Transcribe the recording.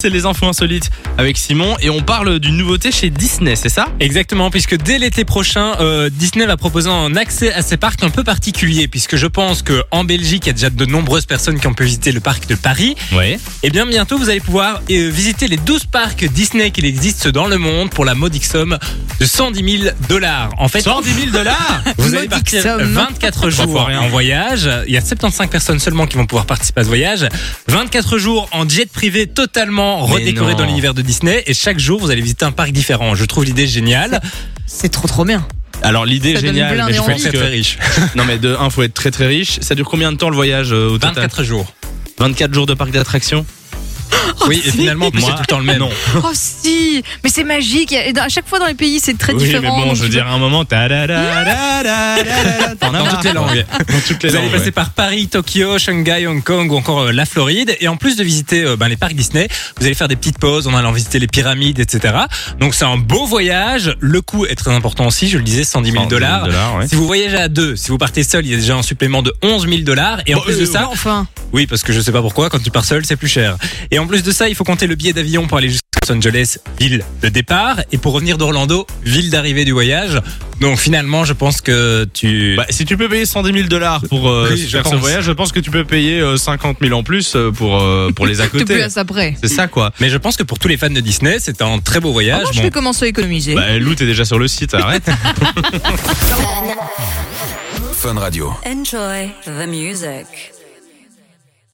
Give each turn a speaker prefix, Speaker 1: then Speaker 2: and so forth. Speaker 1: C'est les infos insolites avec Simon et on parle d'une nouveauté chez Disney, c'est ça
Speaker 2: Exactement, puisque dès l'été prochain, euh, Disney va proposer un accès à ces parcs un peu particuliers, puisque je pense que en Belgique, il y a déjà de nombreuses personnes qui ont pu visiter le parc de Paris.
Speaker 1: Oui.
Speaker 2: Et bien bientôt, vous allez pouvoir euh, visiter les 12 parcs Disney qu'il existe dans le monde pour la modique somme de 110 000 dollars. En fait,
Speaker 1: 110 000 dollars
Speaker 2: vous allez
Speaker 3: Modique
Speaker 2: partir
Speaker 3: somme.
Speaker 2: 24
Speaker 1: Trois fois
Speaker 2: jours
Speaker 1: rien.
Speaker 2: en voyage. Il y a 75 personnes seulement qui vont pouvoir participer à ce voyage. 24 jours en jet privé totalement
Speaker 1: Mais
Speaker 2: redécoré
Speaker 1: non.
Speaker 2: dans l'univers de Disney. Et chaque jour, vous allez visiter un parc différent. Je trouve l'idée géniale.
Speaker 3: C'est trop trop bien.
Speaker 1: Alors l'idée est
Speaker 3: Ça donne
Speaker 1: géniale,
Speaker 3: plein
Speaker 1: mais je
Speaker 3: d'envie.
Speaker 1: pense que...
Speaker 2: riche.
Speaker 1: Non mais de un, faut être très très riche. Ça dure combien de temps le voyage euh, au total
Speaker 2: 24 jours.
Speaker 1: 24 jours de parc d'attractions
Speaker 2: oui, et finalement, en plus, c'est
Speaker 1: Moi,
Speaker 2: tout le temps le même.
Speaker 1: non.
Speaker 3: Oh si, mais c'est magique. Et dans- à chaque fois dans les pays, c'est très
Speaker 1: oui,
Speaker 3: différent.
Speaker 1: mais bon,
Speaker 3: donc
Speaker 1: je
Speaker 3: tu
Speaker 1: veux
Speaker 3: peux-
Speaker 1: dire, à un moment, ta da da da da da da, t'en as
Speaker 2: Dans
Speaker 1: marre,
Speaker 2: toutes les
Speaker 1: quoi.
Speaker 2: langues.
Speaker 1: Dans toutes les
Speaker 2: Vous allez
Speaker 1: langues,
Speaker 2: passer
Speaker 1: ouais.
Speaker 2: par Paris, Tokyo, Shanghai, Hong Kong ou encore euh, la Floride. Et en plus de visiter euh, ben, les parcs Disney, vous allez faire des petites pauses en allant visiter les pyramides, etc. Donc c'est un beau voyage. Le coût est très important aussi, je le disais, 110 000 dollars.
Speaker 1: ouais.
Speaker 2: Si vous voyagez à deux, si vous partez seul, il y a déjà un supplément de 11 000 dollars. Et en
Speaker 1: Bah,
Speaker 2: plus de
Speaker 1: euh,
Speaker 2: ça,
Speaker 3: Enfin,
Speaker 2: Oui, parce que je sais pas pourquoi, quand tu pars seul, c'est plus cher. Et en plus de ça, il faut compter le billet d'avion pour aller jusqu'à Los Angeles, ville de départ, et pour revenir d'Orlando, ville d'arrivée du voyage. Donc finalement, je pense que tu.
Speaker 1: Bah, si tu peux payer 110 000 dollars pour euh,
Speaker 2: Oui, je
Speaker 1: faire ce
Speaker 2: pense.
Speaker 1: voyage, je pense que tu peux payer euh, 50 000 en plus euh, pour, euh, pour les à
Speaker 3: t'es plus
Speaker 1: côté.
Speaker 3: à ça près.
Speaker 1: C'est ça quoi.
Speaker 2: mais je pense que pour tous les fans de Disney, c'est un très beau voyage.
Speaker 3: Ah, moi, je
Speaker 2: Bon,
Speaker 3: vais commencer à économiser.
Speaker 1: Bah, Lou, t'es déjà sur le site, arrête.
Speaker 4: Enjoy the music.